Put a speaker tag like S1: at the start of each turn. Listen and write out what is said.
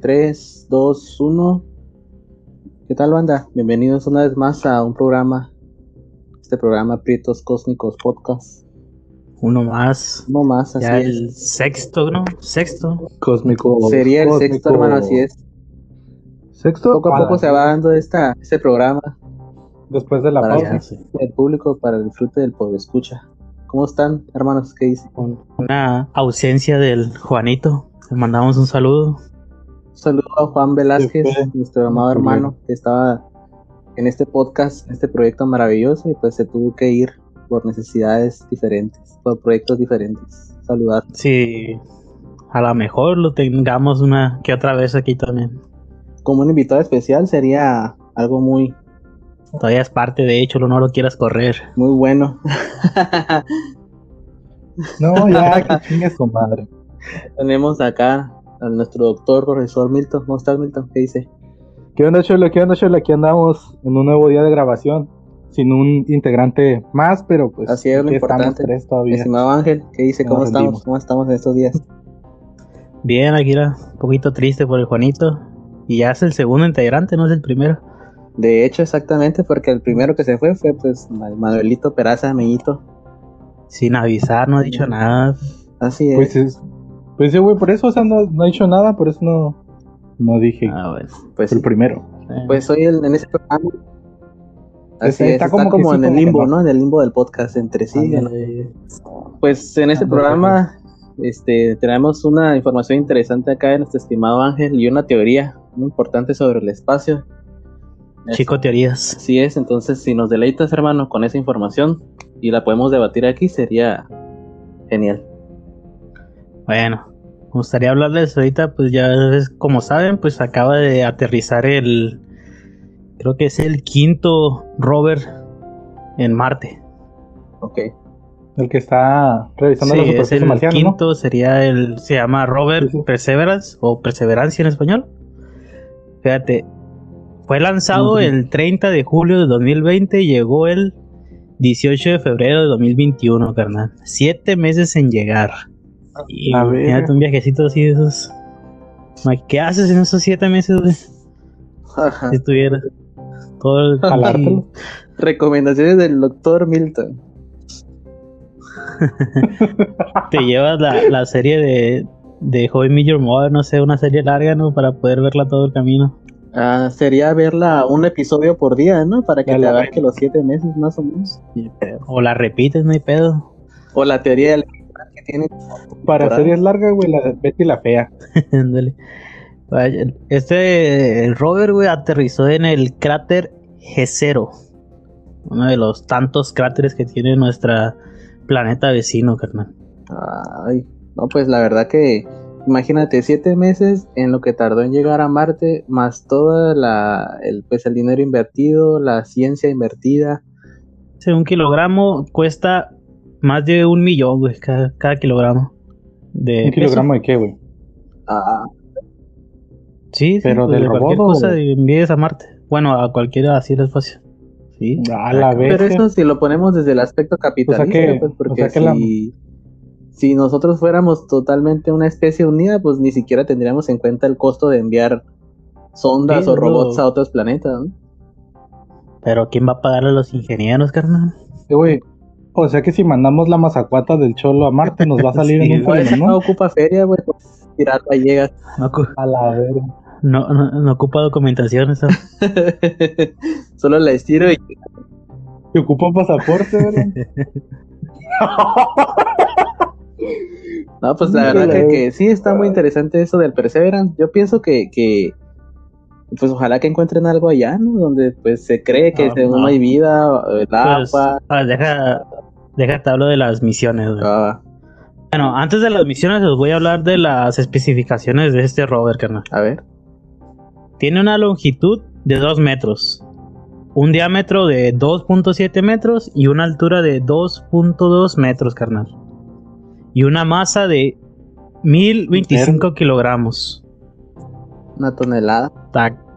S1: 3, 2, 1. ¿Qué tal, banda? Bienvenidos una vez más a un programa. Este programa Prietos Cósmicos Podcast.
S2: Uno más.
S1: Uno más, así
S2: Ya
S1: es.
S2: el sexto, ¿no? Sexto.
S3: Cósmico.
S1: Sería el
S3: Cósmico.
S1: sexto, hermano, así es.
S3: Sexto.
S1: Poco a
S3: para-
S1: poco se va dando esta, este programa
S3: Después de la
S1: para
S3: pausa.
S1: el, el público, para el disfrute del escucha. ¿Cómo están, hermanos? ¿Qué dicen?
S2: Con una ausencia del Juanito. Le mandamos un saludo.
S1: Un saludo a Juan Velázquez,
S3: Sí, fue.
S1: nuestro amado
S3: Muy
S1: hermano, que estaba en este podcast, en este proyecto maravilloso, y pues se tuvo que ir por necesidades diferentes, por proyectos diferentes. Saludar.
S2: Sí. A lo mejor lo tengamos una que otra vez aquí también.
S1: Como un invitado especial sería algo muy,
S2: Todavía es parte, de hecho, lo- no lo quieras correr.
S1: muy bueno.
S3: No, ya, que chingue su madre.
S1: Tenemos acá a nuestro doctor, profesor Milton. ¿Cómo estás, Milton? ¿Qué dice?
S3: ¿Qué onda, Cholo? ¿Qué onda, Cholo? Aquí andamos en un nuevo día de grabación. Sin un integrante más, pero pues.
S1: Así es lo
S3: aquí
S1: importante.
S3: Estamos tres todavía.
S1: Estimado Ángel, ¿qué dice?
S3: Ya
S1: ¿Cómo
S3: nos
S1: estamos?
S3: rendimos.
S1: ¿Cómo estamos en estos días?
S2: Bien, aquí era un poquito triste por el Juanito. Y ya es el segundo integrante, no es el primero.
S1: De hecho, exactamente, porque el primero que se fue fue pues Manuelito Peraza, Meñito.
S2: Sin avisar, no ha
S1: Mm.
S2: dicho nada.
S1: Así es.
S3: Pues es. Pues sí, güey, por eso, o sea, no, no he dicho nada, por eso no. No dije.
S2: Ah, bueno.
S1: pues,
S3: el primero.
S2: Eh,
S1: Pues hoy el- en ese programa. Así
S3: Está-
S1: es,
S3: está
S1: está como,
S3: como que sí,
S1: en el
S3: como que
S1: limbo,
S3: no.
S1: ¿no? En el limbo del podcast entre sí. ¿no?
S2: ándale.
S1: Pues en este
S3: Ándale, pues.
S1: programa este, tenemos una información interesante acá de nuestro estimado Ángel y una teoría muy importante sobre el espacio.
S2: Chico teorías.
S1: Así es, entonces si nos deleitas, hermano, con esa información y la podemos debatir aquí, sería genial.
S2: Bueno, me gustaría hablarles ahorita, pues ya es- como saben, pues acaba de aterrizar el, creo que es el quinto rover en Marte.
S1: Ok.
S3: El que está revisando
S2: Sí,
S3: la
S2: es
S3: superficie
S2: el
S3: marciana, ¿no?
S2: quinto, sería el, se llama rover
S3: Sí, sí.
S2: Perseverance o Perseverancia en español. Fíjate, fue lanzado
S3: Ujú.
S2: el 30 de julio de 2020 y llegó el 18 de febrero de 2021, carnal. Siete meses en llegar. Y
S3: la verga.
S2: imagínate un viajecito así de esos. Ma, ¿Qué haces en esos siete meses, güey? Si
S1: Ajá.
S2: estuviera todo el...
S3: Jalártelo.
S1: Recomendaciones del doctor Milton.
S2: Te llevas la, la serie de, de How I Met Your Mother, no sé, una serie larga, ¿no? Para poder verla todo el camino.
S1: Ah, sería verla un episodio por día, ¿no? Para que
S3: Ya
S1: te
S3: la
S1: abarque los siete meses más o menos. eh,
S2: O la repites, no hay pedo.
S1: O la teoría del que tiene
S3: Para
S1: Temporada.
S3: series largas, güey, la de Betty la Fea.
S2: Ándale. Vaya, Este el rover, güey, aterrizó en el cráter G0. Uno de los tantos cráteres que tiene nuestra planeta vecino, carnal.
S1: Ay, no, pues la verdad que imagínate siete meses en lo que tardó en llegar a Marte, más toda la, el, pues el dinero invertido, la ciencia invertida.
S2: Sí, un kilogramo cuesta más de un millón, güey, cada, cada kilogramo. De
S3: ¿Un
S2: peso.
S3: kilogramo de qué, güey?
S1: Ah,
S2: Sí, sí,
S3: Pero
S2: pues,
S3: del
S2: de cualquier
S3: robot,
S2: cosa
S3: güey.
S2: envíes a Marte. Bueno, a cualquiera así el espacio. Sí.
S1: Ah,
S3: A la vez.
S1: pero eso si lo ponemos desde el aspecto capitalista,
S3: que-
S1: pues,
S3: o
S1: porque
S3: sea que la-
S1: si, si nosotros fuéramos totalmente una especie unida, pues ni siquiera tendríamos en cuenta el costo de enviar sondas
S2: Sí,
S1: o
S2: no.
S1: robots a otros planetas, ¿no?
S2: Pero ¿quién va a pagar a los ingenieros, carnal?
S3: Eh, güey, o sea que si mandamos la mazacuata del cholo a Marte nos va a salir
S2: Sí,
S3: en un
S1: Igual esa
S3: premio,
S1: no
S3: Pues, ¿no?
S1: ocupa feria, güey, pues, tirar gallegas.
S2: No, cu-
S3: A la verga.
S2: no, no, no ocupa documentación eso.
S1: Solo la estiro y
S3: Te ocupa pasaporte, ¿verdad?
S1: No, pues la
S3: Mira,
S1: verdad que,
S3: eh.
S1: que sí está muy interesante eso del Perseverance. Yo pienso que, que pues ojalá que encuentren algo allá, ¿no? Donde pues se cree que
S2: Ah,
S1: según no.
S2: no.
S1: hay vida, el
S2: Pues,
S1: agua.
S2: ah, deja, déjate hablo de las misiones. güey.
S1: Ah,
S2: Bueno, antes de las misiones os voy a hablar de las especificaciones de este rover, carnal.
S1: a ver.
S2: Tiene una longitud de 2 metros, un diámetro de 2.7 metros y una altura de 2.2 metros, carnal. Y una masa de 1025 kilogramos.
S1: Una tonelada.
S2: Está